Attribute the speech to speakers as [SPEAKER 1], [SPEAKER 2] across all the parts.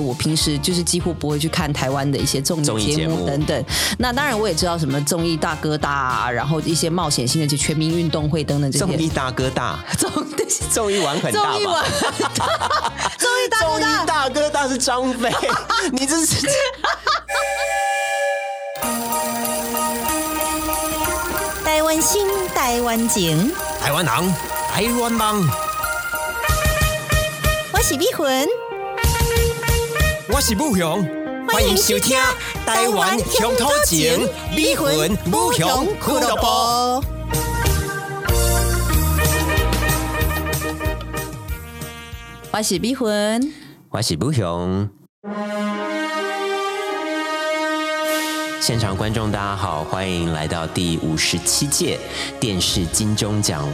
[SPEAKER 1] 我平时就是几乎不会去看台湾的一些综
[SPEAKER 2] 综艺
[SPEAKER 1] 艺节
[SPEAKER 2] 节目
[SPEAKER 1] 目等等。那当然我也知道什么综艺大哥大、啊，然后一些冒险性的，就全民运动会等等这些
[SPEAKER 2] 综艺大哥大，
[SPEAKER 1] 综艺
[SPEAKER 2] 综艺玩很大吧
[SPEAKER 1] 综艺玩， 综艺大
[SPEAKER 2] 综
[SPEAKER 1] 哥
[SPEAKER 2] 艺
[SPEAKER 1] 大。
[SPEAKER 2] 大哥大是张 飞，你这是。
[SPEAKER 3] 台湾心，台湾情，
[SPEAKER 4] 台湾人，台湾梦，
[SPEAKER 3] 我是美魂。
[SPEAKER 4] 我是武雄，欢迎收听《台湾乡土情》，美魂武雄俱乐部。
[SPEAKER 1] 我是逼魂，
[SPEAKER 2] 我是不雄。现场观众大家好，欢迎来到第五十七届电视金钟奖。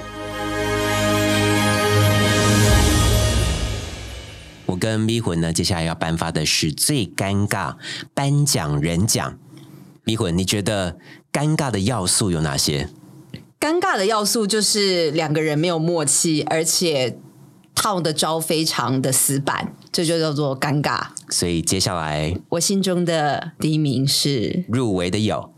[SPEAKER 2] 我跟咪魂呢，接下来要颁发的是最尴尬颁奖人奖。咪魂，你觉得尴尬的要素有哪些？
[SPEAKER 1] 尴尬的要素就是两个人没有默契，而且套的招非常的死板，这就叫做尴尬。
[SPEAKER 2] 所以接下来
[SPEAKER 1] 我心中的第一名是
[SPEAKER 2] 入围的有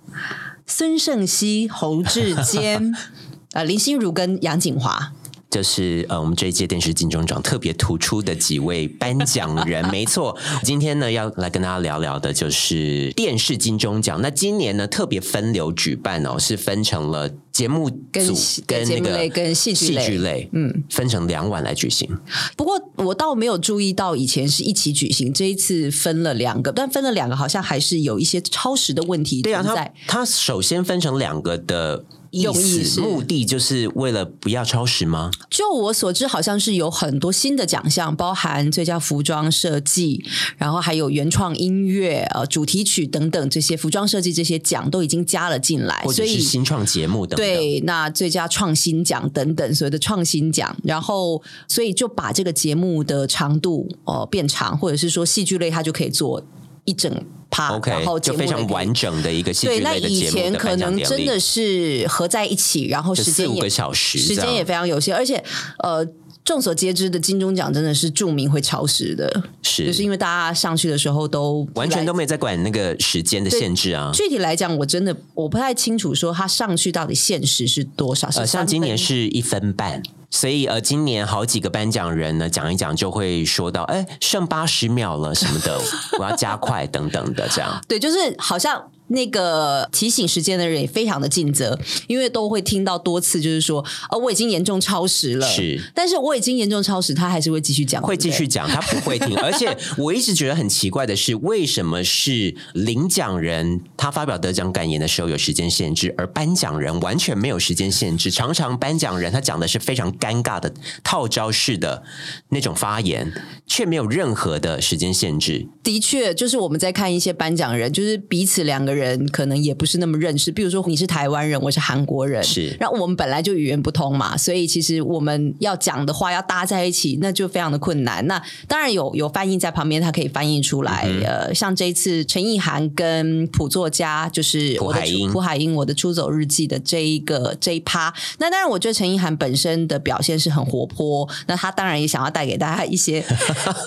[SPEAKER 1] 孙盛熙、侯志坚、 呃林心如跟杨锦华。
[SPEAKER 2] 就是呃，我们这一届电视金钟奖特别突出的几位颁奖人， 没错。今天呢，要来跟大家聊聊的就是电视金钟奖。那今年呢，特别分流举办哦，是分成了节目
[SPEAKER 1] 跟
[SPEAKER 2] 组
[SPEAKER 1] 戏
[SPEAKER 2] 跟
[SPEAKER 1] 节
[SPEAKER 2] 那
[SPEAKER 1] 目
[SPEAKER 2] 个
[SPEAKER 1] 类跟戏剧类
[SPEAKER 2] 嗯，分成两晚来举行。
[SPEAKER 1] 不过我倒没有注意到以前是一起举行，这一次分了两个，但分了两个好像还是有一些超时的问题
[SPEAKER 2] 对啊，
[SPEAKER 1] 存
[SPEAKER 2] 它
[SPEAKER 1] 在。
[SPEAKER 2] 它首先分成两个的意
[SPEAKER 1] 用意
[SPEAKER 2] 思，
[SPEAKER 1] 是
[SPEAKER 2] 目的就是为了不要超时吗？
[SPEAKER 1] 就我所知，好像是有很多新的奖项，包含最佳服装设计，然后还有原创音乐、呃主题曲等等这些服装设计这些奖都已经加了进来，
[SPEAKER 2] 或
[SPEAKER 1] 所
[SPEAKER 2] 者
[SPEAKER 1] 以
[SPEAKER 2] 是新创节目等等。
[SPEAKER 1] 对，那最佳创新奖等等所谓的创新奖，然后所以就把这个节目的长度呃变长，或者是说戏剧类它就可以做一整趴
[SPEAKER 2] OK，
[SPEAKER 1] 然后节
[SPEAKER 2] 就
[SPEAKER 1] 目的
[SPEAKER 2] 非常
[SPEAKER 1] 可以
[SPEAKER 2] 完整的一个戏
[SPEAKER 1] 对，
[SPEAKER 2] 剧
[SPEAKER 1] 那
[SPEAKER 2] 类的
[SPEAKER 1] 以
[SPEAKER 2] 节目
[SPEAKER 1] 前
[SPEAKER 2] 的
[SPEAKER 1] 可
[SPEAKER 2] 颁奖
[SPEAKER 1] 能
[SPEAKER 2] 典
[SPEAKER 1] 真
[SPEAKER 2] 礼
[SPEAKER 1] 的是合在一起，然后
[SPEAKER 2] 就
[SPEAKER 1] 时
[SPEAKER 2] 四
[SPEAKER 1] 间
[SPEAKER 2] 五
[SPEAKER 1] 也
[SPEAKER 2] 个小时
[SPEAKER 1] 时
[SPEAKER 2] 这样，
[SPEAKER 1] 间也非常有限，而且呃。众所皆知的金钟奖真的是著名会超时的，
[SPEAKER 2] 是
[SPEAKER 1] 就是因为大家上去的时候都
[SPEAKER 2] 完全
[SPEAKER 1] 来
[SPEAKER 2] 都没有在管那个时间的限制啊。
[SPEAKER 1] 具体来讲，我真的我不太清楚说他上去到底限时是多少。
[SPEAKER 2] 呃，
[SPEAKER 1] 是
[SPEAKER 2] 像今年
[SPEAKER 1] 3分
[SPEAKER 2] 是一分半，所以呃，今年好几个颁奖人呢，讲一讲就会说到，哎，剩八十秒了什么的，我要加快等等的这样。
[SPEAKER 1] 对，就是好像那个提醒时间的人也非常的尽责，因为都会听到多次，就是说，呃，我已经严重超时了，
[SPEAKER 2] 是，
[SPEAKER 1] 但是我已经严重超时，他还是会继续讲，
[SPEAKER 2] 会
[SPEAKER 1] 对不
[SPEAKER 2] 继
[SPEAKER 1] 对
[SPEAKER 2] 续。讲，他不会停。而且我一直觉得很奇怪的是，为什么是领奖人他发表得奖感言的时候有时间限制，而颁奖人完全没有时间限制？常常颁奖人他讲的是非常尴尬的套招式的那种发言，却没有任何的时间限制。
[SPEAKER 1] 的确，就是我们在看一些颁奖人，就是彼此两个人可能也不是那么认识。比如说你是台湾人，我是韩国人，
[SPEAKER 2] 是
[SPEAKER 1] 然后我们本来就语言不通嘛，所以其实我们要讲的话要搭在一起，那就非常的困难。那当然有有翻译在旁边，他可以翻译出来。
[SPEAKER 2] 嗯
[SPEAKER 1] 呃，像这一次陈意涵跟普作家，就是
[SPEAKER 2] 朴
[SPEAKER 1] 我的
[SPEAKER 2] 海
[SPEAKER 1] 出
[SPEAKER 2] 英
[SPEAKER 1] 朴海英我的出走日记的这一个这一趴。那当然，我觉得陈意涵本身的表现是很活泼，那他当然也想要带给大家一些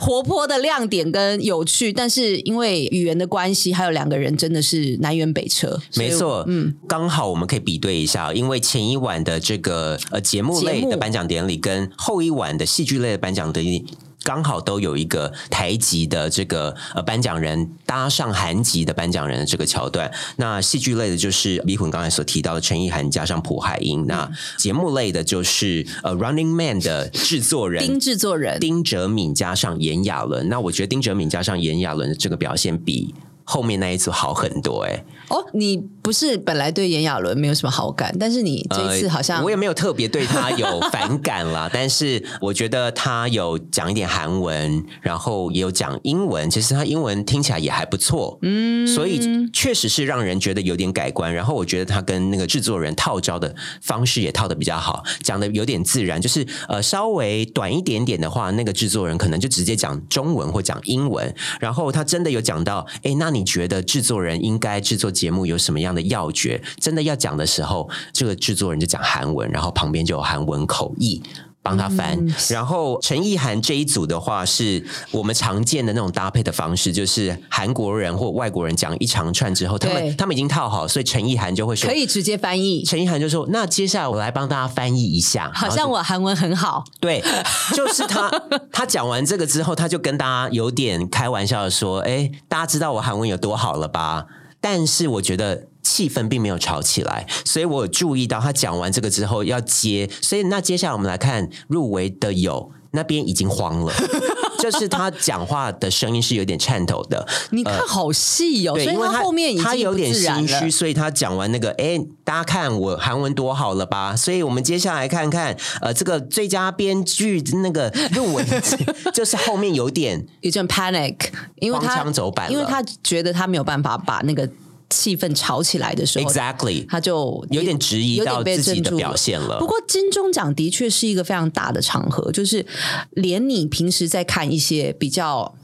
[SPEAKER 1] 活泼的亮点跟有趣，但是因为语言的关系，还有两个人真的是南辕北辙。所以
[SPEAKER 2] 没错，嗯，刚好我们可以比对一下，因为前一晚的这个呃节目类
[SPEAKER 1] 节
[SPEAKER 2] 的
[SPEAKER 1] 目
[SPEAKER 2] 颁奖典礼跟后一晚的戏剧类的颁奖典礼。刚好都有一个台籍的这个呃颁奖人搭上韩籍的颁奖人的这个桥段。那戏剧类的就是李魂刚才所提到的陈意涵加上朴海英，
[SPEAKER 1] 嗯
[SPEAKER 2] 那节目类的就是呃《Running Man》的制作人
[SPEAKER 1] 丁制作人
[SPEAKER 2] 丁哲敏加上炎亚纶，那我觉得丁哲敏加上炎亚纶的这个表现比后面那一组好很多哎、
[SPEAKER 1] 哦，你不是本来对炎亚纶没有什么好感，但是你这一次好像、
[SPEAKER 2] 呃、我也没有特别对他有反感啦， 但是我觉得他有讲一点韩文，然后也有讲英文，其实他英文听起来也还不错，嗯，所以确实是让人觉得有点改观。然后我觉得他跟那个制作人套招的方式也套的比较好，讲的有点自然，就是呃稍微短一点点的话，那个制作人可能就直接讲中文或讲英文，然后他真的有讲到，哎，那你觉得制作人应该制作节目有什么样的要诀？真的要讲的时候，这个制作人就讲韩文，然后旁边就有韩文口译。帮他翻。
[SPEAKER 1] 嗯
[SPEAKER 2] 然后陈意涵这一组的话，是我们常见的那种搭配的方式，就是韩国人或外国人讲一长串之后，他
[SPEAKER 1] 对
[SPEAKER 2] 们他们已经套好，所以陈意涵就会说
[SPEAKER 1] 可。以直接翻译，
[SPEAKER 2] 陈意涵就说：“那接下来我来帮大家翻译一下。”
[SPEAKER 1] 好
[SPEAKER 2] 然后
[SPEAKER 1] 像
[SPEAKER 2] 就
[SPEAKER 1] 我韩文很好，
[SPEAKER 2] 对，就是他。他讲完这个之后，他就跟大家有点开玩笑的说：“哎，大家知道我韩文有多好了吧？”但是我觉得。气氛并没有吵起来，所以我有注意到他讲完这个之后要接，所以那接下来我们来看入围的有那边已经慌了，就是他讲话的声音是有点颤抖的，
[SPEAKER 1] 你看好细哦，
[SPEAKER 2] 呃对，
[SPEAKER 1] 所以
[SPEAKER 2] 因为
[SPEAKER 1] 后面已经
[SPEAKER 2] 他有点
[SPEAKER 1] 不自然
[SPEAKER 2] 心
[SPEAKER 1] 了
[SPEAKER 2] 虚，所以他讲完那个，哎，大家看我韩文多好了吧？所以我们接下来看看，呃，这个最佳编剧那个 入围，就是后面有点
[SPEAKER 1] 有点 panic，因为
[SPEAKER 2] 荒
[SPEAKER 1] 他
[SPEAKER 2] 腔走板了
[SPEAKER 1] 因为他觉得他没有办法把那个气氛炒起来的时候
[SPEAKER 2] exactly
[SPEAKER 1] 他就
[SPEAKER 2] 有点质疑
[SPEAKER 1] 有
[SPEAKER 2] 到
[SPEAKER 1] 点被
[SPEAKER 2] 自己
[SPEAKER 1] 镇
[SPEAKER 2] 的
[SPEAKER 1] 住
[SPEAKER 2] 表现了
[SPEAKER 1] 不。过金钟奖的确是一个非常大的场合，就是连你平时在看一些比较。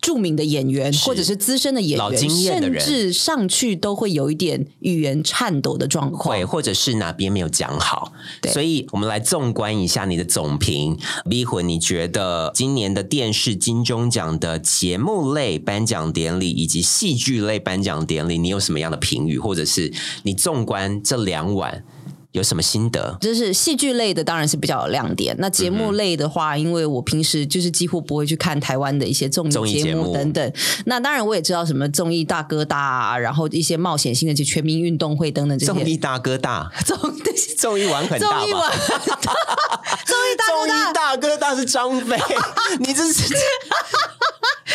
[SPEAKER 1] 著名的演员，
[SPEAKER 2] 是
[SPEAKER 1] 或者是资深的演员，
[SPEAKER 2] 老经验的人
[SPEAKER 1] 甚至上去都会有一点语言颤抖的状况
[SPEAKER 2] 会，。或者是哪边没有讲好，
[SPEAKER 1] 对
[SPEAKER 2] 所以我们来纵观一下你的总评。逼魂，你觉得今年的电视金钟奖的节目类颁奖典礼以及戏剧类颁奖典礼，你有什么样的评语，或者是你纵观这两晚有什么心得？
[SPEAKER 1] 就是戏剧类的当然是比较有亮点，那节
[SPEAKER 2] 嗯
[SPEAKER 1] 目类的话，因为我平时就是几乎不会去看台湾的一些综
[SPEAKER 2] 综艺
[SPEAKER 1] 艺节
[SPEAKER 2] 节目
[SPEAKER 1] 目等等。那当然我也知道什么综艺大哥大、啊，然后一些冒险性的，就全民运动会等等这些
[SPEAKER 2] 综艺大哥大，
[SPEAKER 1] 综艺
[SPEAKER 2] 综艺玩 很大吧？
[SPEAKER 1] 综艺玩，综艺大
[SPEAKER 2] 综
[SPEAKER 1] 哥
[SPEAKER 2] 艺
[SPEAKER 1] 大。
[SPEAKER 2] 大哥大是张飞， 你 这是。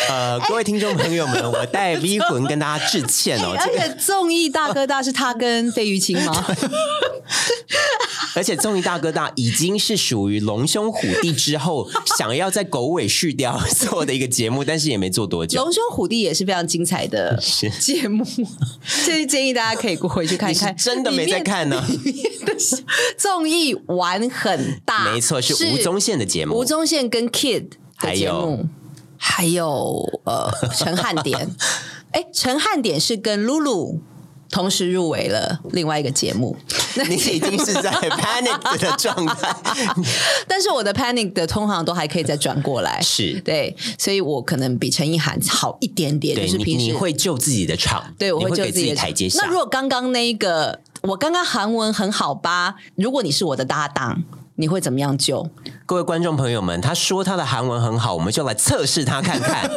[SPEAKER 2] 呃，各位听众朋友们，我
[SPEAKER 1] 哎
[SPEAKER 2] 代逼魂跟大家致歉哦。
[SPEAKER 1] 而
[SPEAKER 2] 这个
[SPEAKER 1] 且综艺大哥大是他跟费玉清 吗？
[SPEAKER 2] 而且综艺大哥大已经是属于龙兄虎弟之后，想要在狗尾续貂做的一个节目，但是也没做多久。
[SPEAKER 1] 龙兄虎弟也是非常精彩的
[SPEAKER 2] 是
[SPEAKER 1] 节 目，所以建议大家可以回去看一
[SPEAKER 2] 你是
[SPEAKER 1] 看。
[SPEAKER 2] 真的没在看呢、
[SPEAKER 1] 里面的综艺玩很大，
[SPEAKER 2] 没错，是吴宗宪的节目
[SPEAKER 1] 吴。宗宪跟 Kid 的节目，还有呃陈汉 典，哎，陈汉典是跟露露同时入围了另外一个节目，那
[SPEAKER 2] 你已经是在 panic 的状态，
[SPEAKER 1] 但是我的 panic 的通常都还可以再转过来，
[SPEAKER 2] 是
[SPEAKER 1] 对，所以我可能比陈意涵好一点点，就
[SPEAKER 2] 对
[SPEAKER 1] 是
[SPEAKER 2] 你
[SPEAKER 1] 平时
[SPEAKER 2] 你会救自己的场，
[SPEAKER 1] 对我
[SPEAKER 2] 你会
[SPEAKER 1] 就
[SPEAKER 2] 给自己
[SPEAKER 1] 的
[SPEAKER 2] 台阶下。
[SPEAKER 1] 那如果刚刚那一个，我刚刚韩文很好吧？如果你是我的搭档，你会怎么样救？
[SPEAKER 2] 各位观众朋友们，他说他的韩文很好，我们就来测试他看 看。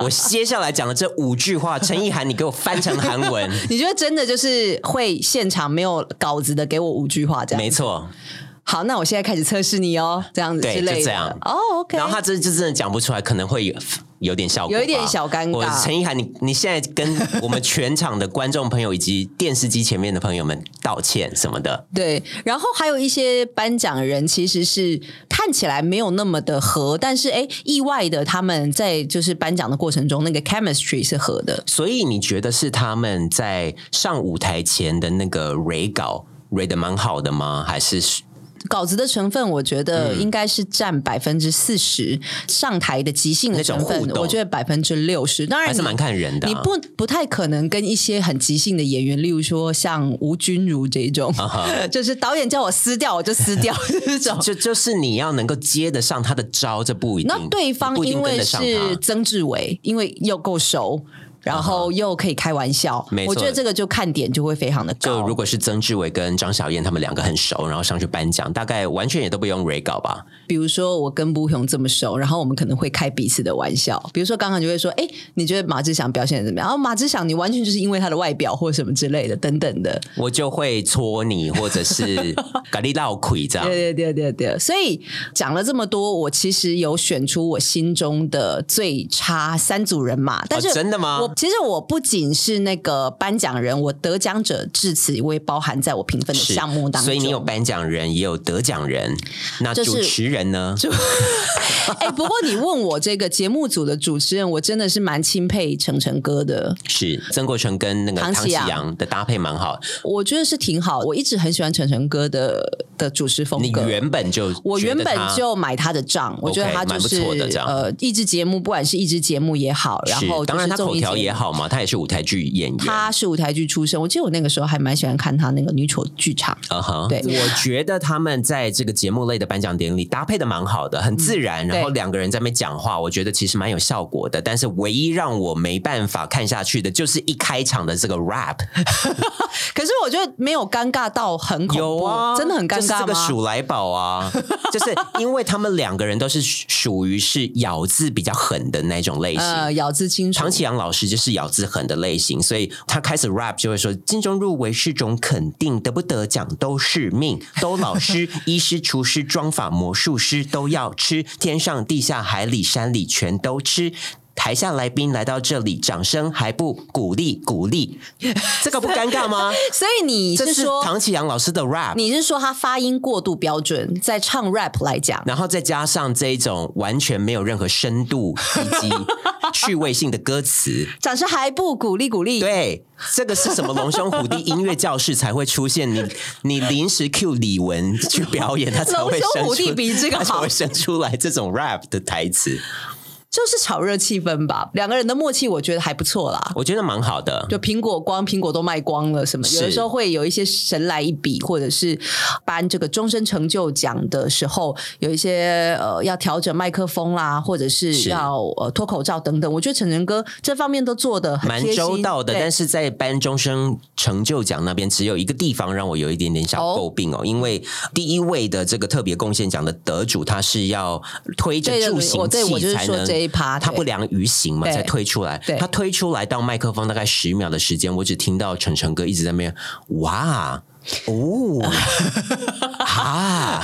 [SPEAKER 2] 我接下来讲的这五句话，陈意涵，你给我翻成韩 文。
[SPEAKER 1] 你觉得真的就是会现场没有稿子的给我五句话这样？
[SPEAKER 2] 没错，
[SPEAKER 1] 好，那我现在开始测试你哦，这样子
[SPEAKER 2] 对
[SPEAKER 1] 之类的。
[SPEAKER 2] 就这样
[SPEAKER 1] 哦，OK。
[SPEAKER 2] 然后他这就真的讲不出来，可能会有有点效果吧，
[SPEAKER 1] 有一点小尴尬
[SPEAKER 2] 我陈意涵，你你现在跟我们全场的观众朋友以及电视机前面的朋友们道歉什么的，
[SPEAKER 1] 对，然后还有一些颁奖人其实是看起来没有那么的合，但是哎，意外的他们在就是颁奖的过程中，那个 chemistry 是合的。
[SPEAKER 2] 所以你觉得是他们在上舞台前的那个 re 稿 re 的蛮好的吗？还是
[SPEAKER 1] 稿子的成分，我觉得
[SPEAKER 2] 嗯
[SPEAKER 1] 应该是占百分之四十，上台的即兴的成
[SPEAKER 2] 那种互
[SPEAKER 1] 分，
[SPEAKER 2] 动
[SPEAKER 1] 我觉得百分之六十。当然
[SPEAKER 2] 还是
[SPEAKER 1] 你
[SPEAKER 2] 蛮看人的啊、
[SPEAKER 1] 哎你不不太可能跟一些很即兴的演员，例如说像吴君如这一种，
[SPEAKER 2] 啊
[SPEAKER 1] 就是导演叫我撕掉我就撕掉 这种。
[SPEAKER 2] 就就是你要能够接得上他的招，这不一定。
[SPEAKER 1] 那对方
[SPEAKER 2] 嗯你不一定
[SPEAKER 1] 因
[SPEAKER 2] 跟
[SPEAKER 1] 为
[SPEAKER 2] 得上他啊
[SPEAKER 1] 是曾志伟，因为又够熟，然后又可以开玩笑
[SPEAKER 2] 没，错
[SPEAKER 1] 我觉得这个就看点就会非常的
[SPEAKER 2] 就
[SPEAKER 1] 高
[SPEAKER 2] 如。果是曾志伟跟张小燕他们两个很熟，然后上去颁奖，大概完全也都不用 re 稿吧？
[SPEAKER 1] 比如说我跟布雄这么熟，然后我们可能会开彼此的玩笑，比如说刚刚就会说，哎，你觉得马志祥表现得怎么样？然哦后马志祥，你完全就是因为他的外表或什么之类的，等等的。
[SPEAKER 2] 我就会戳你，或 者是咖喱绕葵这样。
[SPEAKER 1] 对对对对对，所以讲了这么多，我其实有选出我心中的最差三组人马，但是、
[SPEAKER 2] 啊真的吗
[SPEAKER 1] 我其实我不仅是那个颁奖人，我得奖者致辞我也包含在我评分的
[SPEAKER 2] 是
[SPEAKER 1] 项目当中。
[SPEAKER 2] 所以你有颁奖人，也有得奖人，那
[SPEAKER 1] 就是
[SPEAKER 2] 主持人呢？
[SPEAKER 1] 哎、不过你问我这个节目组的主持人，我真的是蛮钦佩程程哥的，
[SPEAKER 2] 是曾国成跟那个
[SPEAKER 1] 唐
[SPEAKER 2] 唐
[SPEAKER 1] 启
[SPEAKER 2] 启
[SPEAKER 1] 阳
[SPEAKER 2] 阳的搭配蛮好，
[SPEAKER 1] 我觉得是挺好。我一直很喜欢程程哥的的主持风
[SPEAKER 2] 你
[SPEAKER 1] 格。
[SPEAKER 2] 原本就
[SPEAKER 1] 我
[SPEAKER 2] 觉
[SPEAKER 1] 原
[SPEAKER 2] 得
[SPEAKER 1] 本
[SPEAKER 2] 他
[SPEAKER 1] 就买他的账，我觉得
[SPEAKER 2] OK，
[SPEAKER 1] 他就
[SPEAKER 2] 蛮不
[SPEAKER 1] 是
[SPEAKER 2] 错的这样
[SPEAKER 1] 呃，益智节目，不管是益智节目也好，然
[SPEAKER 2] 是
[SPEAKER 1] 后就
[SPEAKER 2] 当然
[SPEAKER 1] 是
[SPEAKER 2] 他
[SPEAKER 1] 综
[SPEAKER 2] 口
[SPEAKER 1] 艺节
[SPEAKER 2] 条
[SPEAKER 1] 目
[SPEAKER 2] 也好嘛，他也是舞台剧演员。
[SPEAKER 1] 他是舞台剧出身，我记得我那个时候还蛮喜欢看他那个女丑剧场。
[SPEAKER 2] 啊哈，
[SPEAKER 1] 对
[SPEAKER 2] 我觉得他们在这个节目类的颁奖典礼搭配的蛮好的，很自然，然后
[SPEAKER 1] 对
[SPEAKER 2] 两个人在那边讲话，我觉得其实蛮有效果的。但是唯一让我没办法看下去的，就是一开场的这个 rap，
[SPEAKER 1] 可是我觉得没有尴尬到很恐怖，
[SPEAKER 2] 有啊，
[SPEAKER 1] 真的很尴
[SPEAKER 2] 就是
[SPEAKER 1] 尬
[SPEAKER 2] 这个
[SPEAKER 1] 吗？
[SPEAKER 2] 鼠来宝啊，就是因为他们两个人都是属属于是咬字比较狠的那种类型，
[SPEAKER 1] 呃，咬字清楚
[SPEAKER 2] 常。启阳老师就是咬字狠的类型，所以他开始 rap 就会说：“金钟入围是种肯定，得不得奖都是命。都老师、医师、厨师、妆法、魔术师都要吃，天上、地下、海里、山里全都吃。”台下来宾来到这里，掌声还不鼓励鼓励，这个不尴尬吗？
[SPEAKER 1] 所以 你
[SPEAKER 2] 这
[SPEAKER 1] 是
[SPEAKER 2] 是
[SPEAKER 1] 说，
[SPEAKER 2] 唐启阳老师的 rap，
[SPEAKER 1] 你是说他发音过度标准，在唱 rap 来讲，
[SPEAKER 2] 然后再加上这一种完全没有任何深度以及趣味性的歌词，
[SPEAKER 1] 掌声还不鼓励鼓励？
[SPEAKER 2] 对，这个是什么龙兄虎弟音乐教室才会出现你？你临时 cue 李玟去表演，他才
[SPEAKER 1] 龙
[SPEAKER 2] 会生
[SPEAKER 1] 兄
[SPEAKER 2] 出
[SPEAKER 1] 虎弟比这个
[SPEAKER 2] 他才
[SPEAKER 1] 好
[SPEAKER 2] 会生出来这种 rap 的台词，
[SPEAKER 1] 就是炒热气氛吧。两个人的默契，我觉得还不错啦。
[SPEAKER 2] 我觉得蛮好的。
[SPEAKER 1] 就苹果光，苹果都卖光了，什么有的
[SPEAKER 2] 是
[SPEAKER 1] 时候会有一些神来一笔，或者是颁这个终身成就奖的时候，有一些呃要调整麦克风啦，或者是
[SPEAKER 2] 是
[SPEAKER 1] 要呃脱口罩等等。我觉得成人哥这方面都做的很
[SPEAKER 2] 蛮
[SPEAKER 1] 贴心
[SPEAKER 2] 周到的，
[SPEAKER 1] 对
[SPEAKER 2] 但是在颁终身成就奖那边，只有一个地方让我有一点点小
[SPEAKER 1] 哦
[SPEAKER 2] 诟病哦，因为第一位的这个特别贡献奖的得主，他是要推着
[SPEAKER 1] 对对对
[SPEAKER 2] 助
[SPEAKER 1] 我
[SPEAKER 2] 行
[SPEAKER 1] 对我就
[SPEAKER 2] 器
[SPEAKER 1] 是
[SPEAKER 2] 才
[SPEAKER 1] 说
[SPEAKER 2] 能，
[SPEAKER 1] 这一趴
[SPEAKER 2] 他
[SPEAKER 1] 对
[SPEAKER 2] 不良于行嘛
[SPEAKER 1] 对
[SPEAKER 2] 才推出来
[SPEAKER 1] 对，
[SPEAKER 2] 他推出来到麦克风大概十秒的时间，我只听到晨晨哥一直在那边哇。哦， 啊，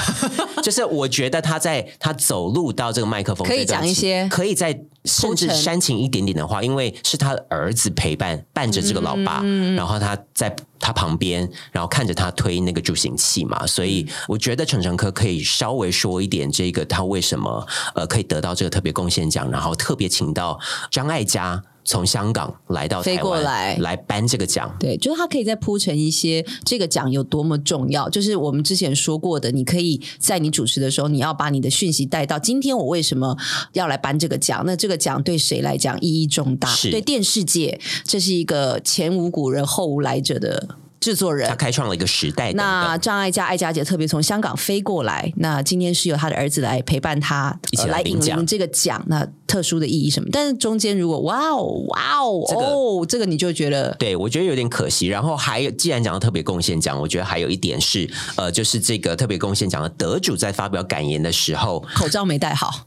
[SPEAKER 2] 就是我觉得他在他走路到这个麦克风
[SPEAKER 1] 可以
[SPEAKER 2] 这段
[SPEAKER 1] 讲一
[SPEAKER 2] 期
[SPEAKER 1] 些
[SPEAKER 2] 可以在甚至
[SPEAKER 1] 铺陈
[SPEAKER 2] 煽情一点点的话，因为是他儿子陪伴伴着这个老爸，
[SPEAKER 1] 嗯
[SPEAKER 2] 然后他在他旁边，然后看着他推那个助行器嘛，所以
[SPEAKER 1] 嗯
[SPEAKER 2] 我觉得程程科可以稍微说一点这个他为什么呃可以得到这个特别贡献奖，然后特别请到张艾嘉。从香港来到台
[SPEAKER 1] 飞
[SPEAKER 2] 湾
[SPEAKER 1] 过来
[SPEAKER 2] 来颁这个奖，
[SPEAKER 1] 对，就是他可以再铺陈一些这个奖有多么重要。就是我们之前说过的，你可以在你主持的时候，你要把你的讯息带到今天我为什么要来颁这个奖？那这个奖对谁来讲意义重大？
[SPEAKER 2] 是
[SPEAKER 1] 对电视界，这是一个前无古人后无来者的制作人
[SPEAKER 2] 他。开创了一个时代等等。
[SPEAKER 1] 那张艾嘉艾嘉姐特别从香港飞过来，那今天是由她的儿子来陪伴她，
[SPEAKER 2] 一起
[SPEAKER 1] 呃
[SPEAKER 2] 来
[SPEAKER 1] 来
[SPEAKER 2] 领
[SPEAKER 1] 引领
[SPEAKER 2] 奖
[SPEAKER 1] 这个奖，那特殊的意义什么？但是中间如果哇哦哇哦、
[SPEAKER 2] 这个
[SPEAKER 1] 哦，这个你就觉得
[SPEAKER 2] 对，我觉得有点可惜。然后还有，既然讲到特别贡献奖，我觉得还有一点是，呃，就是这个特别贡献奖的得主在发表感言的时候，
[SPEAKER 1] 口罩没戴好。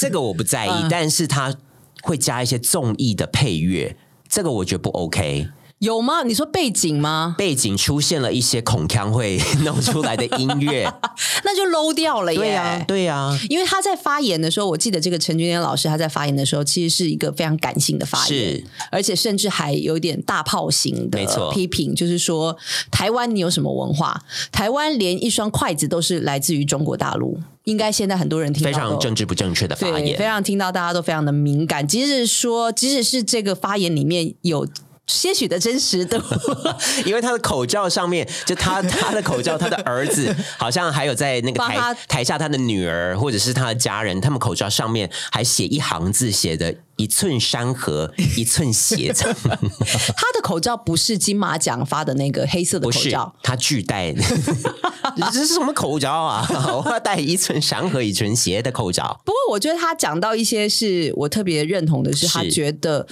[SPEAKER 2] 这个我不在意，
[SPEAKER 1] 嗯
[SPEAKER 2] 但是他会加一些综艺的配乐，这个我觉得不 OK。
[SPEAKER 1] 有吗？你说背景吗？
[SPEAKER 2] 背景出现了一些孔腔会 弄出来的音乐，
[SPEAKER 1] 那就 low 掉了耶。
[SPEAKER 2] 对呀、啊对呀、
[SPEAKER 1] 因为他在发言的时候，我记得这个陈俊天老师他在发言的时候，其实是一个非常感性的发言
[SPEAKER 2] 是，
[SPEAKER 1] 而且甚至还有点大炮型
[SPEAKER 2] 没
[SPEAKER 1] 的
[SPEAKER 2] 错
[SPEAKER 1] 批评，就是说台湾你有什么文化？台湾连一双筷子都是来自于中国大陆，应该现在很多人听到
[SPEAKER 2] 非
[SPEAKER 1] 都
[SPEAKER 2] 常政治不正确的发
[SPEAKER 1] 对，非
[SPEAKER 2] 言。
[SPEAKER 1] 常听到大家都非常的敏感，即使说即使是这个发言里面有些许的 真实度，
[SPEAKER 2] 因为他的口罩上面，就他他的口罩，他的儿子好像还有在那个
[SPEAKER 1] 帮他
[SPEAKER 2] 台台下他的女儿或者是他的家人，他们口罩上面还写一行字，写的“一寸 山河一寸血”，这样
[SPEAKER 1] 他的口罩不是金马奖发的那个黑色的
[SPEAKER 2] 不
[SPEAKER 1] 口
[SPEAKER 2] 是
[SPEAKER 1] 罩，
[SPEAKER 2] 他巨戴， 这是什么口罩啊？我要戴一寸山河一寸血的口罩。
[SPEAKER 1] 不过我觉得他讲到一些是我特别认同的是，
[SPEAKER 2] 是
[SPEAKER 1] 他觉得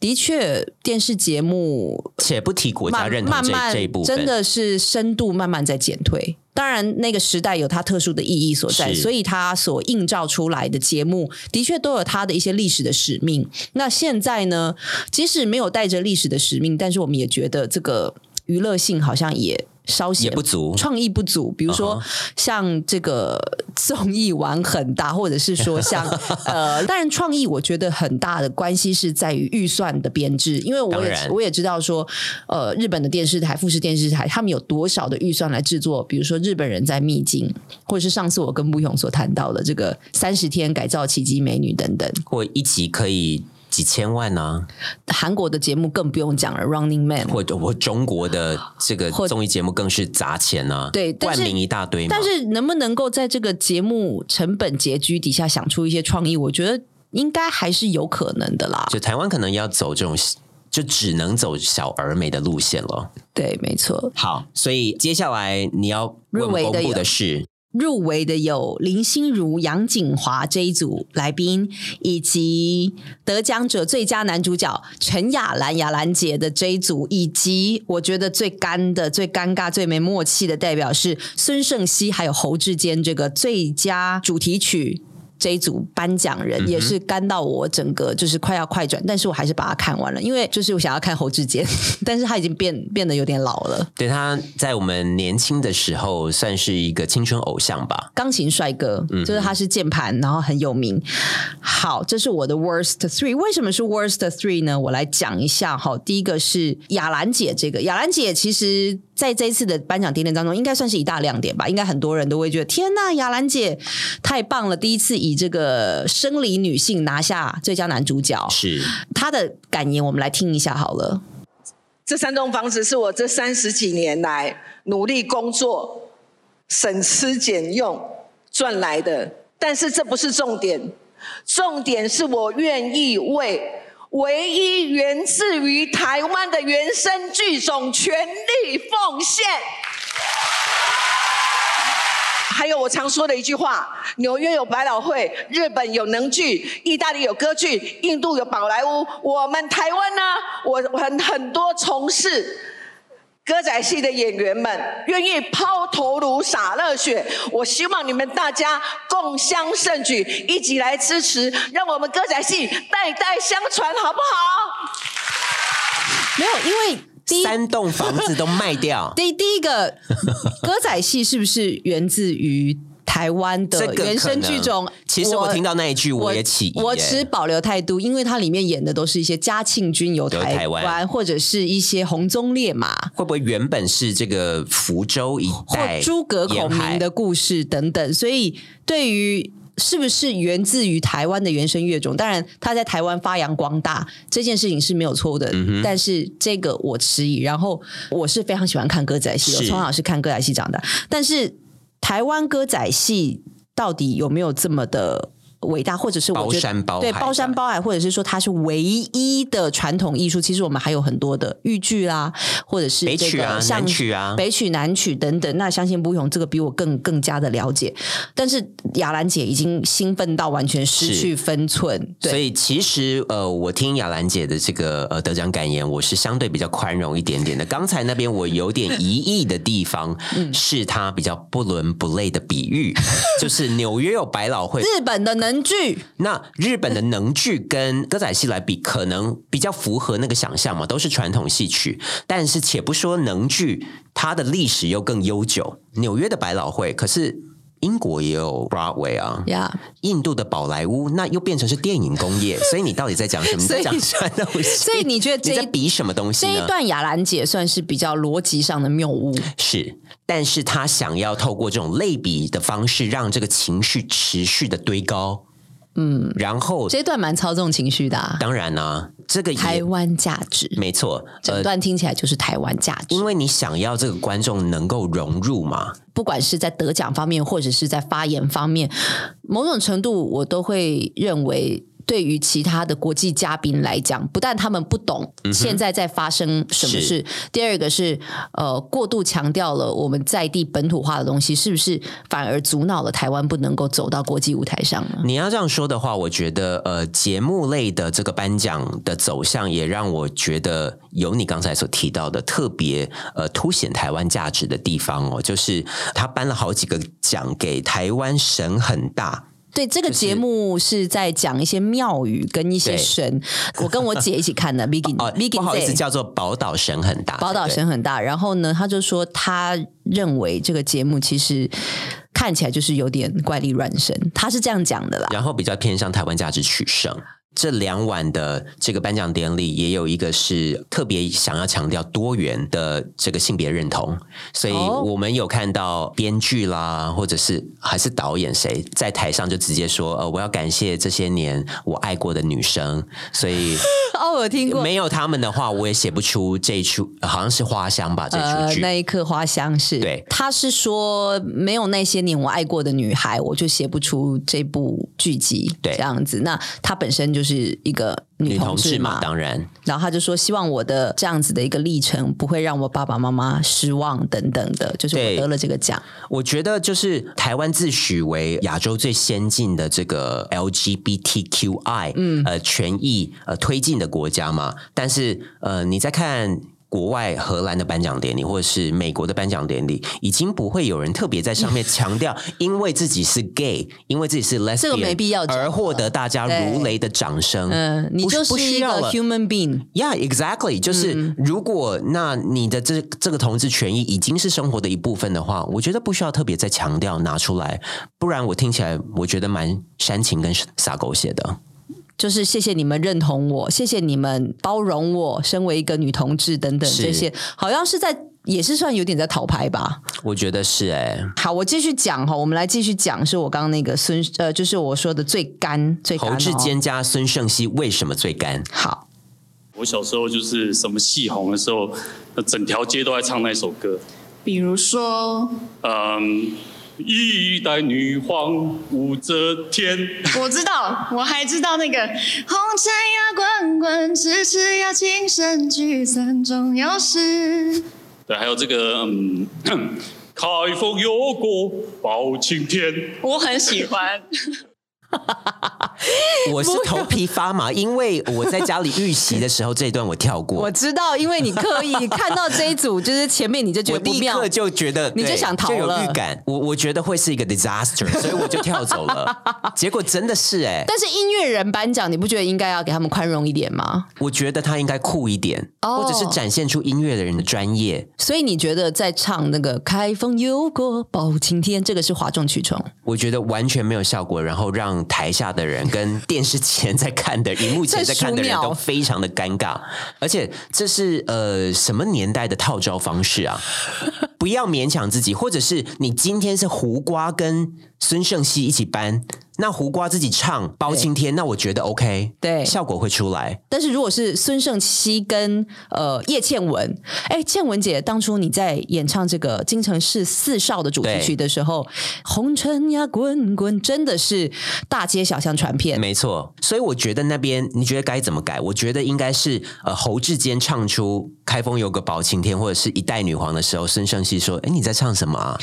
[SPEAKER 1] 的确电视节目
[SPEAKER 2] 且不提国家
[SPEAKER 1] 慢
[SPEAKER 2] 认同
[SPEAKER 1] 慢
[SPEAKER 2] 这
[SPEAKER 1] 慢
[SPEAKER 2] 这一部分，
[SPEAKER 1] 真的是深度慢慢在减退。当然，那个时代有它特殊的意义所在，
[SPEAKER 2] 是
[SPEAKER 1] 所以它所映照出来的节目的确都有它的一些历史的使命。那现在呢，即使没有带着历史的使命，但是我们也觉得这个娱乐性好像也稍显
[SPEAKER 2] 也不足。
[SPEAKER 1] 创意不足，比如
[SPEAKER 2] 嗯
[SPEAKER 1] 说像这个综艺玩很大，或者是 说像呃，当然创意我觉得很大的关系是在于预算的编制，因为我
[SPEAKER 2] 当
[SPEAKER 1] 也
[SPEAKER 2] 然
[SPEAKER 1] 我也知道说，呃，日本的电视台、富士电视台他们有多少的预算来制作，比如说日本人在秘境，或者是上次我跟木勇所谈到的这个三十天改造奇迹美女等等，
[SPEAKER 2] 或一集可以几千万呢、
[SPEAKER 1] 韩国的节目更不用讲了，《Running Man》
[SPEAKER 2] 或或中国的这个
[SPEAKER 1] 或
[SPEAKER 2] 综艺节目更是砸钱呢、
[SPEAKER 1] 对但
[SPEAKER 2] 冠
[SPEAKER 1] 是
[SPEAKER 2] 名一大堆嘛。
[SPEAKER 1] 但是能不能够在这个节目成本拮据底下想出一些创意，我觉得应该还是有可能的啦。
[SPEAKER 2] 就台湾可能要走这种，就只能走小而美的路线了。
[SPEAKER 1] 对，没错，
[SPEAKER 2] 好，所以接下来你要问
[SPEAKER 1] 入围的
[SPEAKER 2] 公布
[SPEAKER 1] 有
[SPEAKER 2] 的是，
[SPEAKER 1] 入围的有林心如、杨景华这一组来宾，以及得奖者最佳男主角陈雅兰、雅兰姐的这一组，以及我觉得最干的、最尴尬、最没默契的代表是孙盛熙还有侯志坚这个最佳主题曲。这一组颁奖人也是干到我整个就是快要快转，但是我还是把它看完了，因为就是我想要看侯志坚， 但是他已经变变得有点老了，
[SPEAKER 2] 对他在我们年轻的时候算是一个青春偶像吧。
[SPEAKER 1] 钢琴帅哥，
[SPEAKER 2] 嗯
[SPEAKER 1] 就是他是键盘，然后很有名。好，这是我的 worst three。为什么是 worst three 呢？我来讲一下哈。第一个是雅兰姐，这个雅兰姐其实在这一次的颁奖典礼当中，应该算是一大亮点吧。应该很多人都会觉得，天呐，雅兰姐太棒了！第一次以这个生理女性拿下最佳男主角，
[SPEAKER 2] 是，
[SPEAKER 1] 她的感言我们来听一下好了。
[SPEAKER 5] 这三栋房子是我这三十几年来努力工作、省吃俭用赚来的。但是这不是重点，重点是我愿意为唯一源自于台湾的原生剧种全力奉献。还有我常说的一句话：纽约有百老汇，日本有能剧，意大利有歌剧，印度有宝莱坞。我们台湾呢，我我很很多从事歌仔戏的演员们愿意抛头颅洒热血。我希望你们大家共襄盛举，一起来支持，让我们歌仔戏代代相传，好不好？
[SPEAKER 1] 没有，因为 第一。
[SPEAKER 2] 三栋房子都卖 掉
[SPEAKER 1] 第第一 个歌仔戏是不是源自于台湾
[SPEAKER 2] 这
[SPEAKER 1] 的
[SPEAKER 2] 个
[SPEAKER 1] 原
[SPEAKER 2] 可
[SPEAKER 1] 生
[SPEAKER 2] 能
[SPEAKER 1] 剧种？
[SPEAKER 2] 其实我听到那一句，我也起疑
[SPEAKER 1] 我
[SPEAKER 2] 耶
[SPEAKER 1] 持保留态度，因为它里面演的都是一些嘉庆君游
[SPEAKER 2] 游
[SPEAKER 1] 台
[SPEAKER 2] 台湾
[SPEAKER 1] 湾，或者是一些红鬃烈马。
[SPEAKER 2] 会不会原本是这个福州一带
[SPEAKER 1] 或诸葛
[SPEAKER 2] 沿
[SPEAKER 1] 孔
[SPEAKER 2] 海
[SPEAKER 1] 明的故事等等，所以对于是不是源自于台湾的原生乐种，当然他在台湾发扬光大这件事情是没有错误
[SPEAKER 2] 嗯
[SPEAKER 1] 的，但是这个我迟疑。然后我是非常喜欢看歌仔戏的，我
[SPEAKER 2] 是
[SPEAKER 1] 从小是看歌仔戏长大，但是台湾歌仔戏到底有没有这么的？伟大，或者是我觉得
[SPEAKER 2] 包山包海
[SPEAKER 1] 对
[SPEAKER 2] 的
[SPEAKER 1] 包山包海，或者是说它是唯一的传统艺术。其实我们还有很多的豫剧啦，或者是
[SPEAKER 2] 北
[SPEAKER 1] 这
[SPEAKER 2] 曲
[SPEAKER 1] 个
[SPEAKER 2] 啊
[SPEAKER 1] 像
[SPEAKER 2] 南曲啊
[SPEAKER 1] 北曲、南曲等等。那相信不用这个比我更更加的了解，但是雅兰姐已经兴奋到完全失去分寸，
[SPEAKER 2] 所
[SPEAKER 1] 对。
[SPEAKER 2] 以其实呃，我听雅兰姐的这个呃得奖感言，我是相对比较宽容一点点的。刚才那边我有点疑义的地方，是她比较不伦不类的比喻，就是纽约有百老汇，
[SPEAKER 1] 日本的能剧，
[SPEAKER 2] 那日本的能剧跟歌仔戏来比，可能比较符合那个想象嘛，都是传统戏曲。但是且不说能剧，它的历史又更悠久。纽约的百老汇，可是英国也有 Broadway 啊，
[SPEAKER 1] 呀、
[SPEAKER 2] 印度的宝莱坞，那又变成是电影 工业。所以你到底在讲什么？你
[SPEAKER 1] 所以
[SPEAKER 2] 在讲传统戏？
[SPEAKER 1] 所以你觉得这
[SPEAKER 2] 你
[SPEAKER 1] 一
[SPEAKER 2] 在比啊什么东西
[SPEAKER 1] 这一
[SPEAKER 2] 呢？
[SPEAKER 1] 段雅兰姐算是比较逻辑上的谬误，
[SPEAKER 2] 是，但是他想要透过这种类比的方式，让这个情绪持续的堆高。嗯，然后
[SPEAKER 1] 这一段蛮操纵情绪的、啊。
[SPEAKER 2] 当然呢、啊，这个也
[SPEAKER 1] 台湾价值，
[SPEAKER 2] 没错，呃
[SPEAKER 1] 整段听起来就是台湾价值，
[SPEAKER 2] 因为你想要这个观众能够融入嘛，
[SPEAKER 1] 不管是在得奖方面，或者是在发言方面，某种程度我都会认为。对于其他的国际嘉宾来讲，不但他们不懂
[SPEAKER 2] 嗯
[SPEAKER 1] 现在在发生什么事，第二个是呃过度强调了我们在地本土化的东西，是不是反而阻挠了台湾不能够走到国际舞台上呢？
[SPEAKER 2] 你要这样说的话，我觉得呃，节目类的这个颁奖的走向，也让我觉得有你刚才所提到的特别呃凸显台湾价值的地方哦，就是他颁了好几个奖给台湾神很大，
[SPEAKER 1] 对，这个节目是在讲一些庙宇跟一些
[SPEAKER 2] 对
[SPEAKER 1] 神。我跟我姐一起看的，Vicky
[SPEAKER 2] 哦、
[SPEAKER 1] Vicky
[SPEAKER 2] 不好意
[SPEAKER 1] Z
[SPEAKER 2] 思，叫做宝岛神很大，
[SPEAKER 1] 宝岛
[SPEAKER 2] 啊对不对
[SPEAKER 1] 声很大。然后呢，他就说他认为这个节目其实看起来就是有点怪力乱神，他是这样讲的啦。
[SPEAKER 2] 然后比较偏向台湾价值取胜，这两晚的这个颁奖典礼，也有一个是特别想要强调多元的这个性别认同，所以
[SPEAKER 1] 哦
[SPEAKER 2] 我们有看到编剧啦，或者是还是导演谁在台上就直接说，呃，我要感谢这些年我爱过的女生，所以
[SPEAKER 1] 哦，我听过，
[SPEAKER 2] 没有他们的话，我也写不出这一出，呃好像是花香吧，这
[SPEAKER 1] 呃
[SPEAKER 2] 出，剧。
[SPEAKER 1] 那一刻花香是，
[SPEAKER 2] 对
[SPEAKER 1] 他是说没有那些年我爱过的女孩，我就写不出这部剧集，
[SPEAKER 2] 对
[SPEAKER 1] 这样子。那她本身就是一个女
[SPEAKER 2] 女同
[SPEAKER 1] 同
[SPEAKER 2] 志
[SPEAKER 1] 志
[SPEAKER 2] 嘛，当然，
[SPEAKER 1] 然后他就说，希望我的这样子的一个历程不会让我爸爸妈妈失望等等的，就是我
[SPEAKER 2] 对
[SPEAKER 1] 得了这个奖，
[SPEAKER 2] 我觉得就是台湾自诩为亚洲最先进的这个 LGBTQI 嗯呃权益呃推进的国家嘛，但是呃你在看。国外荷兰的颁奖典礼，或者是美国的颁奖典礼，已经不会有人特别在上面 强调，因为自己是 gay，因为自己是 lesbian，
[SPEAKER 1] 这个没必要讲
[SPEAKER 2] 而获得大家如
[SPEAKER 1] 对
[SPEAKER 2] 雷的掌声。
[SPEAKER 1] 嗯，你
[SPEAKER 2] 不
[SPEAKER 1] 就
[SPEAKER 2] 不
[SPEAKER 1] 是
[SPEAKER 2] 需
[SPEAKER 1] 一
[SPEAKER 2] 要
[SPEAKER 1] 个
[SPEAKER 2] 了
[SPEAKER 1] human being，
[SPEAKER 2] Yeah, exactly，就是
[SPEAKER 1] 嗯
[SPEAKER 2] 如果那你的这这个同志权益已经是生活的一部分的话，我觉得不需要特别再强调拿出来，不然我听起来我觉得蛮煽情跟撒狗血的。
[SPEAKER 1] 就是谢谢你们认同我，谢谢你们包容我，身为一个女同志等等
[SPEAKER 2] 是
[SPEAKER 1] 这些，好像是在也是算有点在讨牌吧。
[SPEAKER 2] 我觉得是哎、
[SPEAKER 1] 好，我继续讲哈，我们来继续讲，是我刚刚那个孙呃，就是我说的最干最干、
[SPEAKER 2] 侯
[SPEAKER 1] 哦、
[SPEAKER 2] 志坚加孙盛熙为什么最干？
[SPEAKER 1] 好，
[SPEAKER 6] 我小时候就是什么戏红的时候，那整条街都在唱那首歌。
[SPEAKER 7] 比如说，
[SPEAKER 6] 嗯，一代女皇武则天，
[SPEAKER 7] 我知道，我还知道那个红尘呀滚滚，咫尺呀情深，聚散终有时。
[SPEAKER 6] 对，还有这个嗯， 开封有国包青天。
[SPEAKER 7] 我很喜欢，
[SPEAKER 2] 我是头皮发麻，因为我在家里预习的时候这一段我跳
[SPEAKER 1] 我
[SPEAKER 2] 过，
[SPEAKER 1] 知道，因为你刻意看到这一组，就是前面你就觉
[SPEAKER 2] 我
[SPEAKER 1] 得不
[SPEAKER 2] 立
[SPEAKER 1] 妙
[SPEAKER 2] 刻。就觉得
[SPEAKER 1] 你就
[SPEAKER 2] 对
[SPEAKER 1] 想逃
[SPEAKER 2] 就有
[SPEAKER 1] 了
[SPEAKER 2] 预感，我我觉得会是一个 disaster，所以我就跳 走了。结果真的是哎、
[SPEAKER 1] 但是音乐人颁奖，你不觉得应该要给他们宽容一点吗？
[SPEAKER 2] 我觉得他应该酷一点，
[SPEAKER 1] 哦
[SPEAKER 2] 或者是展现出音乐的人的专业。
[SPEAKER 1] 所以你觉得在唱那个“开封有过包青天”，这个是哗众取宠？
[SPEAKER 2] 我觉得完全没有效果，然后让台下的人跟电视前在看的、荧幕前在看的
[SPEAKER 1] 这
[SPEAKER 2] 人
[SPEAKER 1] 十秒
[SPEAKER 2] 都非常的尴尬，而且这是呃什么年代的套招方式 啊？不要勉强自己，或者是你今天是胡瓜跟孙盛熙一起搬，那胡瓜自己唱包青天，那我觉得 OK，
[SPEAKER 1] 对
[SPEAKER 2] 效果会出来。
[SPEAKER 1] 但是如果是孙盛熙跟呃叶倩文，哎，倩文姐，当初你在演唱这个《京城市四少》的主题曲的时候，红尘呀滚滚，真的是大街小巷传遍。
[SPEAKER 2] 没错，所以我觉得那边你觉得该怎么改？我觉得应该是呃侯志坚唱出“开封有个包青天”或者是一代女皇的时候，孙盛熙说：“哎，你在唱什 么啊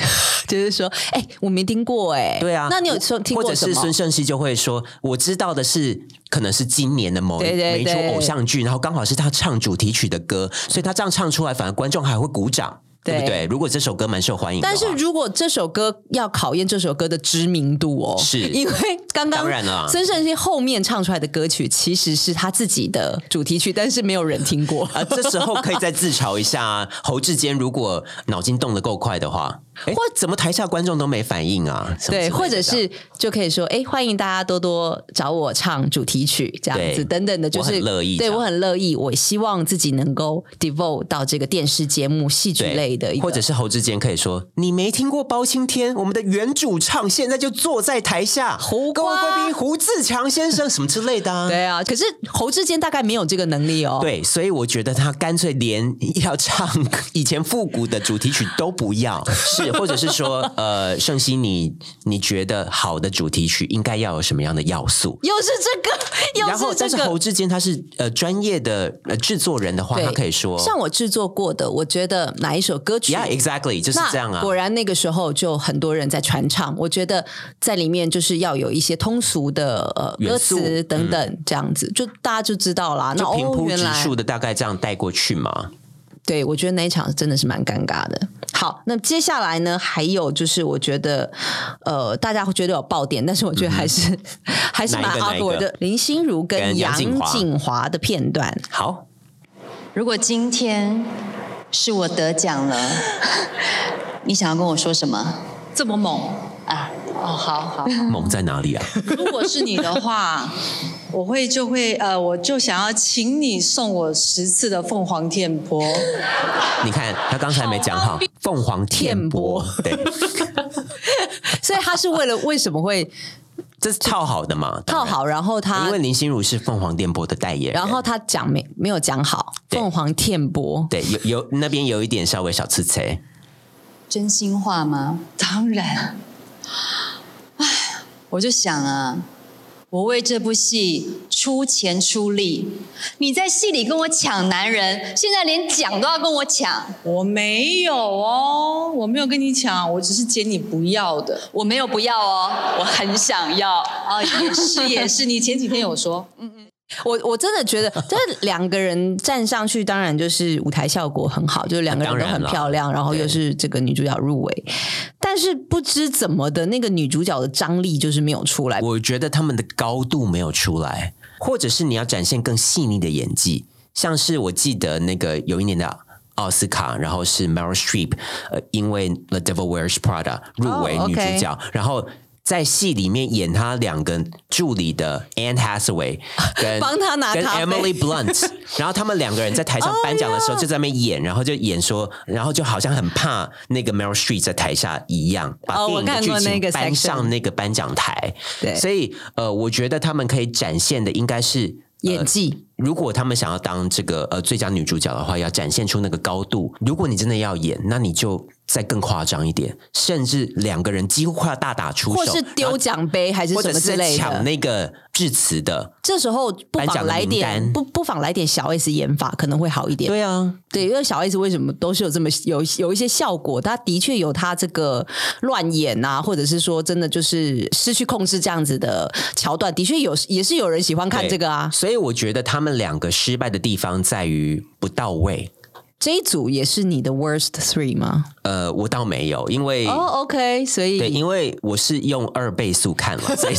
[SPEAKER 1] 就是说，哎、我没听过、哎，？”
[SPEAKER 2] 对啊，
[SPEAKER 1] 那你有说听
[SPEAKER 2] 或
[SPEAKER 1] 过
[SPEAKER 2] 者
[SPEAKER 1] 什
[SPEAKER 2] 是
[SPEAKER 1] 么？
[SPEAKER 2] 孙盛熙就会说：“我知道的是，可能是今年的某一
[SPEAKER 1] 对对
[SPEAKER 2] 某一出
[SPEAKER 1] 对
[SPEAKER 2] 偶像剧，然后刚好是他唱主题曲的歌，所以他这样唱出来，反而观众还会鼓掌，对不
[SPEAKER 1] 对
[SPEAKER 2] 对？如果这首歌蛮受欢迎的话，
[SPEAKER 1] 但是如果这首歌要考验这首歌的知名度哦，
[SPEAKER 2] 是
[SPEAKER 1] 因为刚刚
[SPEAKER 2] 当然啦
[SPEAKER 1] 孙盛熙后面唱出来的歌曲其实是他自己的主题曲，但是没有人听过。
[SPEAKER 2] 啊，这时候可以再自嘲一下啊，侯志坚如果脑筋动得够快的话，或怎么台下观众都没反应啊？什么之类
[SPEAKER 1] 对，
[SPEAKER 2] 的
[SPEAKER 1] 或者是就可以说，哎，欢迎大家多多找我唱主题曲，这样
[SPEAKER 2] 对
[SPEAKER 1] 子等等的，就
[SPEAKER 2] 我很
[SPEAKER 1] 是
[SPEAKER 2] 乐意
[SPEAKER 1] 对
[SPEAKER 2] 这样
[SPEAKER 1] 我很乐意，我希望自己能够 devote 到这个电视节目、戏剧
[SPEAKER 2] 对
[SPEAKER 1] 类的一个，
[SPEAKER 2] 或者是侯志坚可以说：“你没听过包青天，我们的原主唱现在就坐在台下，
[SPEAKER 1] 胡
[SPEAKER 2] 各位
[SPEAKER 1] 瓜
[SPEAKER 2] 贵宾胡志强先生什么之类的、啊。”
[SPEAKER 1] 对啊。可是侯志坚大概没有这个能力哦。。
[SPEAKER 2] 对，所以我觉得他干脆连要唱以前复古的主题曲都不要，是，或者是说，呃，盛熙，你你觉得好的主题曲应该要有什么样的要素？
[SPEAKER 1] 又是这个，又
[SPEAKER 2] 然后，
[SPEAKER 1] 这
[SPEAKER 2] 但是
[SPEAKER 1] 个。
[SPEAKER 2] 侯志坚他是呃专业的呃制作人的话，
[SPEAKER 1] 对
[SPEAKER 2] 他可以说
[SPEAKER 1] 像我制作过的，我觉得哪一首歌曲
[SPEAKER 2] ，Yeah, exactly，就是
[SPEAKER 1] 那
[SPEAKER 2] 这样啊。
[SPEAKER 1] 果然那个时候就很多人在传唱，我觉得在里面就是要有一些通俗的呃歌
[SPEAKER 2] 元素嗯
[SPEAKER 1] 词等等这样子，就大家就知道啦。那
[SPEAKER 2] 就平
[SPEAKER 1] 哦，
[SPEAKER 2] 铺
[SPEAKER 1] 原
[SPEAKER 2] 直
[SPEAKER 1] 来
[SPEAKER 2] 述的大概这样带过去嘛。
[SPEAKER 1] 对我觉得那一场真的是蛮尴尬的。好，那接下来呢，还有就是我觉得呃大家会觉得有爆点，但是我觉得还是、 还是蛮
[SPEAKER 2] 哪一个嗯哪一
[SPEAKER 1] awkward
[SPEAKER 2] 个
[SPEAKER 1] 的。林心如跟
[SPEAKER 2] 跟
[SPEAKER 1] 杨
[SPEAKER 2] 杨谨华
[SPEAKER 1] 景华的片段，
[SPEAKER 2] 好，
[SPEAKER 8] 如果今天是我得奖 了，你想要跟我说什么
[SPEAKER 9] 这么猛，
[SPEAKER 8] 啊？哦，好好。
[SPEAKER 2] 猛在哪里啊？
[SPEAKER 8] 如果是你的话，
[SPEAKER 9] 我会就会呃，我就想要请你送我十次的凤凰天波。
[SPEAKER 2] 你看他刚才没讲 好，凤凰天波，对，
[SPEAKER 1] 所以他是为了为什么会
[SPEAKER 2] 这是套好的嘛？
[SPEAKER 1] 套
[SPEAKER 2] 当然
[SPEAKER 1] 好，然后他
[SPEAKER 2] 因为林心如是凤凰电波的代言人，
[SPEAKER 1] 然后他讲没没有讲好，
[SPEAKER 2] 对
[SPEAKER 1] 凤凰天波，
[SPEAKER 2] 对有有那边有一点稍微小刺刺，
[SPEAKER 8] 真心话吗？
[SPEAKER 9] 当然，
[SPEAKER 8] 我就想啊，我为这部戏出钱出力，你在戏里跟我抢男人，现在连讲都要跟我抢，
[SPEAKER 9] 我没有哦，我没有跟你抢，我只是捡你不要的。
[SPEAKER 8] 我没有不要哦，我很想要。
[SPEAKER 9] 啊，也是也是，你前几天有说，
[SPEAKER 1] 我我真的觉 得，这两个人站上去，当然就是舞台效果很好，就是两个人都
[SPEAKER 2] 当然
[SPEAKER 1] 很
[SPEAKER 2] 啦
[SPEAKER 1] 漂亮，然后
[SPEAKER 2] 对
[SPEAKER 1] 又是这个女主角入围，但是不知怎么的，那个女主角的张力就是没有出来。
[SPEAKER 2] 我觉得他们的高度没有出来，或者是你要展现更细腻的演技，像是我记得那个有一年的。奥斯卡，然后是 Meryl Streep，呃，因为《The Devil Wears Prada》入围
[SPEAKER 1] 哦
[SPEAKER 2] 女主
[SPEAKER 1] OK
[SPEAKER 2] 角然后在戏里面演她两个助理的 Anne Hathaway 跟
[SPEAKER 1] 帮她拿
[SPEAKER 2] 跟
[SPEAKER 1] 咖啡 Oh，
[SPEAKER 2] Emily Blunt，然后他们两个人在台上颁奖的时候就在那边演然后就演说，然后就好像很怕那个 Meryl Streep 在台下一样，把
[SPEAKER 1] 哦
[SPEAKER 2] 电
[SPEAKER 1] 我
[SPEAKER 2] 影的
[SPEAKER 1] 看
[SPEAKER 2] 剧
[SPEAKER 1] 过那
[SPEAKER 2] 情
[SPEAKER 1] 个
[SPEAKER 2] 搬
[SPEAKER 1] section
[SPEAKER 2] 上那个颁奖台。
[SPEAKER 1] 对
[SPEAKER 2] 所以呃，我觉得他们可以展现的应该是。
[SPEAKER 1] 演
[SPEAKER 2] 呃
[SPEAKER 1] 技，
[SPEAKER 2] 如果他们想要当这个呃最佳女主角的话，要展现出那个高度。如果你真的要演，那你就再更夸张一点，甚至两个人几乎快要大打出手，
[SPEAKER 1] 或是丢奖杯还是
[SPEAKER 2] 然后，
[SPEAKER 1] 什
[SPEAKER 2] 或者
[SPEAKER 1] 么之
[SPEAKER 2] 是在
[SPEAKER 1] 类
[SPEAKER 2] 抢
[SPEAKER 1] 的。
[SPEAKER 2] 那个致辞的。
[SPEAKER 1] 这时候不
[SPEAKER 2] 颁奖
[SPEAKER 1] 妨
[SPEAKER 2] 的
[SPEAKER 1] 来
[SPEAKER 2] 名
[SPEAKER 1] 点
[SPEAKER 2] 单
[SPEAKER 1] 不不妨来点小 S 演法，可能会好一点。
[SPEAKER 2] 对啊，
[SPEAKER 1] 对，因为小 S 为什么都是有这么有有一些效果，她的确有她这个乱演啊，或者是说真的就是失去控制这样子的桥段，的确有也是有人喜欢看
[SPEAKER 2] 对
[SPEAKER 1] 这个啊。
[SPEAKER 2] 所以我觉得他们两个失败的地方在于不到位。
[SPEAKER 1] 这一组也是你的 worst three 吗？
[SPEAKER 2] 呃，我倒没有，因为、
[SPEAKER 1] 哦、o k 所
[SPEAKER 2] 嗯对，
[SPEAKER 1] 以
[SPEAKER 2] 因为我是用二倍速看了， 所以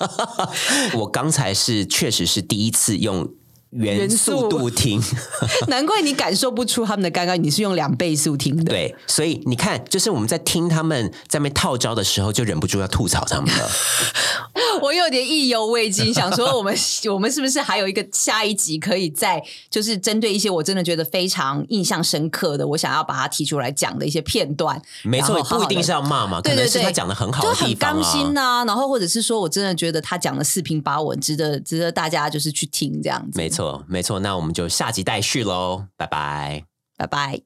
[SPEAKER 2] 我刚才是确实是第一次用原
[SPEAKER 1] 原
[SPEAKER 2] 速
[SPEAKER 1] 速
[SPEAKER 2] 度听。
[SPEAKER 1] 难怪你感受不出他们的尴尬，你是用两倍速听的。
[SPEAKER 2] 对，所以你看，就是我们在听他们在那边套招的时候，就忍不住要吐槽他们 了。
[SPEAKER 1] 我有点意犹未尽，想说我们 我们是不是还有一个下一集可以再就是针对一些我真的觉得非常印象深刻的，我想要把它提出来讲的一些片段。
[SPEAKER 2] 没错，
[SPEAKER 1] 然
[SPEAKER 2] 也
[SPEAKER 1] 后好好
[SPEAKER 2] 不一定是要骂嘛，
[SPEAKER 1] 对
[SPEAKER 2] 可
[SPEAKER 1] 对
[SPEAKER 2] 能是
[SPEAKER 1] 对，
[SPEAKER 2] 他讲的很好
[SPEAKER 1] 就
[SPEAKER 2] 的
[SPEAKER 1] 很
[SPEAKER 2] 地方
[SPEAKER 1] 刚
[SPEAKER 2] 啊
[SPEAKER 1] 心。呐、然后或者是说我真的觉得他讲的四平八稳，值得值得大家就是去听这样子。
[SPEAKER 2] 没错，没错，那我们就下集待续喽，拜拜。
[SPEAKER 1] 拜拜。